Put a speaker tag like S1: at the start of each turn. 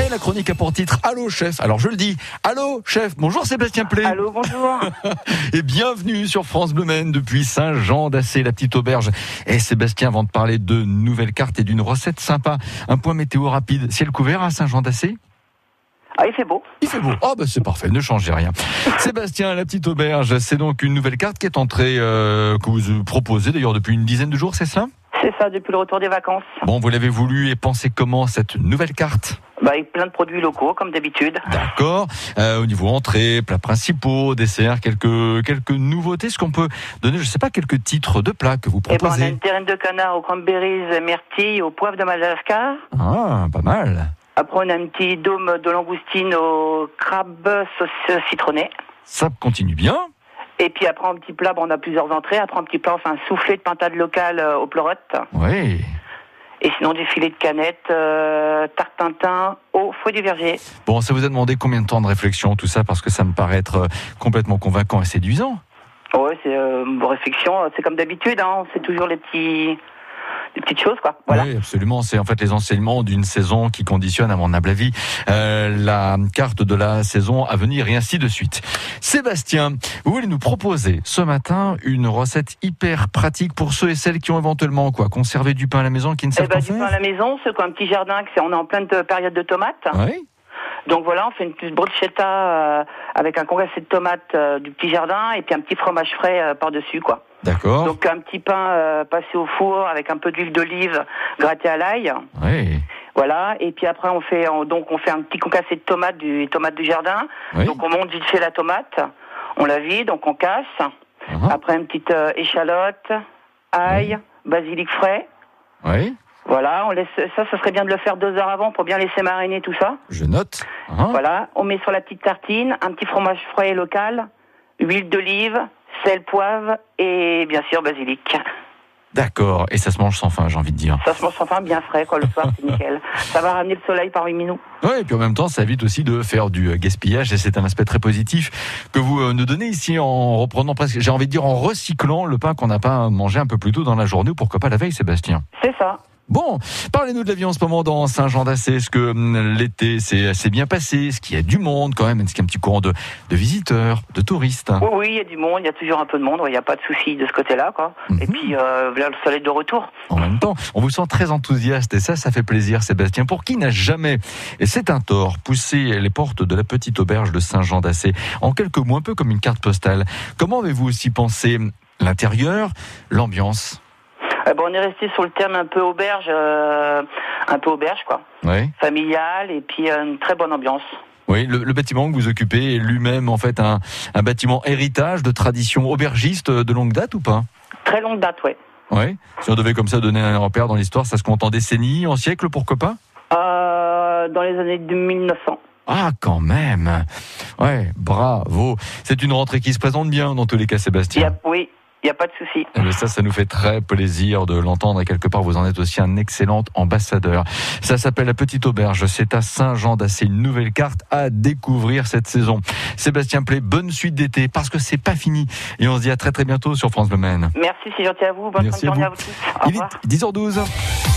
S1: Eh, la chronique a pour titre Allô chef. Alors je le dis, Allô chef. Bonjour Sébastien Play.
S2: Allô, bonjour.
S1: Et bienvenue sur France Bleu Maine depuis Saint-Jean d'Assé, la petite auberge. Et Sébastien, avant de parler de nouvelles cartes et d'une recette sympa, un point météo rapide. Ciel couvert à Saint-Jean d'Assé
S2: Ah, il fait beau.
S1: il fait beau. Oh, bah c'est parfait, ne changez rien. Sébastien, la petite auberge, c'est donc une nouvelle carte qui est entrée, euh, que vous proposez d'ailleurs depuis une dizaine de jours, c'est cela
S2: C'est ça, depuis le retour des vacances.
S1: Bon, vous l'avez voulu et pensez comment cette nouvelle carte
S2: Bah, avec plein de produits locaux, comme d'habitude.
S1: D'accord. Euh, au niveau entrée, plats principaux, desserts, quelques quelques nouveautés. Ce qu'on peut donner, je sais pas, quelques titres de plats que vous
S2: Et ben, on a
S1: proposez.
S2: une terrine de canard aux cranberries, myrtilles, aux poivres de Madagascar.
S1: Ah, pas mal.
S2: Après, on a un petit dôme de langoustine au crabe sauce citronnée.
S1: Ça continue bien.
S2: Et puis après, un petit plat, bon, on a plusieurs entrées. Après, un petit plat, on fait un soufflé de pintade locale euh, aux pleurotes.
S1: Oui.
S2: Et sinon, des filets de canette, euh, tartintin au fouet du verger.
S1: Bon, ça vous a demandé combien de temps de réflexion, tout ça, parce que ça me paraît être euh, complètement convaincant et séduisant.
S2: Ouais, c'est euh, une réflexion. euh, C'est comme d'habitude, hein. C'est toujours les petits, les petites choses, quoi. Voilà.
S1: Oui, absolument. C'est en fait les enseignements d'une saison qui conditionne, à mon humble avis, euh, la carte de la saison à venir et ainsi de suite. Sébastien, vous voulez nous proposer ce matin une recette hyper pratique pour ceux et celles qui ont éventuellement quoi conservé du pain à la maison qui ne
S2: Eh
S1: savent
S2: ben,
S1: pas
S2: du pain à
S1: faire.
S2: la maison, c'est quoi un petit jardin, que c'est- on est en pleine de- période de tomates.
S1: Oui.
S2: Donc voilà, on fait une petite bruschetta euh, avec un concassé de tomates euh, du petit jardin et puis un petit fromage frais euh, par-dessus, quoi.
S1: D'accord.
S2: Donc un petit pain euh, passé au four avec un peu d'huile d'olive grattée à l'ail,
S1: Oui.
S2: voilà. Et puis après, on fait on- donc on fait un petit concassé de tomates du tomates du jardin.
S1: Oui.
S2: Donc on monte vite fait la tomate, on la vide, donc on casse.
S1: Ah,
S2: Après une petite euh, échalote, ail, basilic frais.
S1: Oui.
S2: Voilà, on laisse ça, ça serait bien de le faire deux heures avant pour bien laisser mariner tout ça.
S1: Je note. Ah,
S2: Voilà, on met sur la petite tartine un petit fromage frais et local, huile d'olive, sel, poivre et bien sûr basilic.
S1: D'accord. Et ça se mange sans fin, j'ai envie de dire.
S2: Ça se mange enfin bien frais quoi le soir, c'est nickel. Ça va ramener le soleil parmi nous.
S1: Oui, et puis en même temps, ça évite aussi de faire du euh, gaspillage, et c'est un aspect très positif que vous euh, nous donnez ici en reprenant presque, j'ai envie de dire, en recyclant le pain qu'on n'a pas mangé un peu plus tôt dans la journée, ou pourquoi pas la veille, Sébastien.
S2: C'est ça.
S1: Bon, parlez-nous de la vie en ce moment dans Saint-Jean-d'Assé. Est-ce que hum, l'été s'est s'est bien passé Est-ce qu'il y a du monde quand même Est-ce qu'il y a un petit courant de, de visiteurs, de touristes
S2: Oui, oui, il y a du monde, il y a toujours un peu de monde, il n'y a pas de souci de ce côté-là quoi. Et
S1: Mhm.
S2: puis euh, voilà le soleil de retour.
S1: En même temps, on vous sent très enthousiaste et ça, ça fait plaisir, Sébastien. Pour qui n'a jamais, et c'est un tort, poussé les portes de la petite auberge de Saint-Jean d'Assé en quelques mots, un peu comme une carte postale. Comment avez-vous aussi pensé l'intérieur, l'ambiance
S2: Eh ben, on est resté sur le terme un peu auberge, euh, un peu auberge quoi,
S1: Oui.
S2: familial et puis euh, une très bonne ambiance.
S1: Oui, le, le bâtiment que vous occupez est lui-même en fait un, un bâtiment héritage de tradition aubergiste de longue date ou pas
S2: Très longue date, ouais.
S1: Oui. Si on devait comme ça donner un repère dans l'histoire, ça se compte en décennies, en siècles, pourquoi pas
S2: Euh, dans les années 1900.
S1: Ah, quand même Ouais, bravo C'est une rentrée qui se présente bien, dans tous les cas,
S2: Il y
S1: Sébastien.
S2: a- oui, il n'y a pas de souci.
S1: Eh bien, ça, ça nous fait très plaisir de l'entendre et quelque part, vous en êtes aussi un excellent ambassadeur. Ça s'appelle La Petite Auberge, c'est à Saint-Jean d'Assé, une nouvelle carte à découvrir cette saison. Sébastien Play, bonne suite d'été, parce que c'est pas fini. Et on se dit à très très bientôt sur France Le Maine.
S2: Merci, c'est gentil à vous. Bonne
S1: Merci
S2: fin de
S1: à
S2: journée
S1: vous.
S2: à vous tous. Au
S1: Il
S2: revoir.
S1: est 10h12.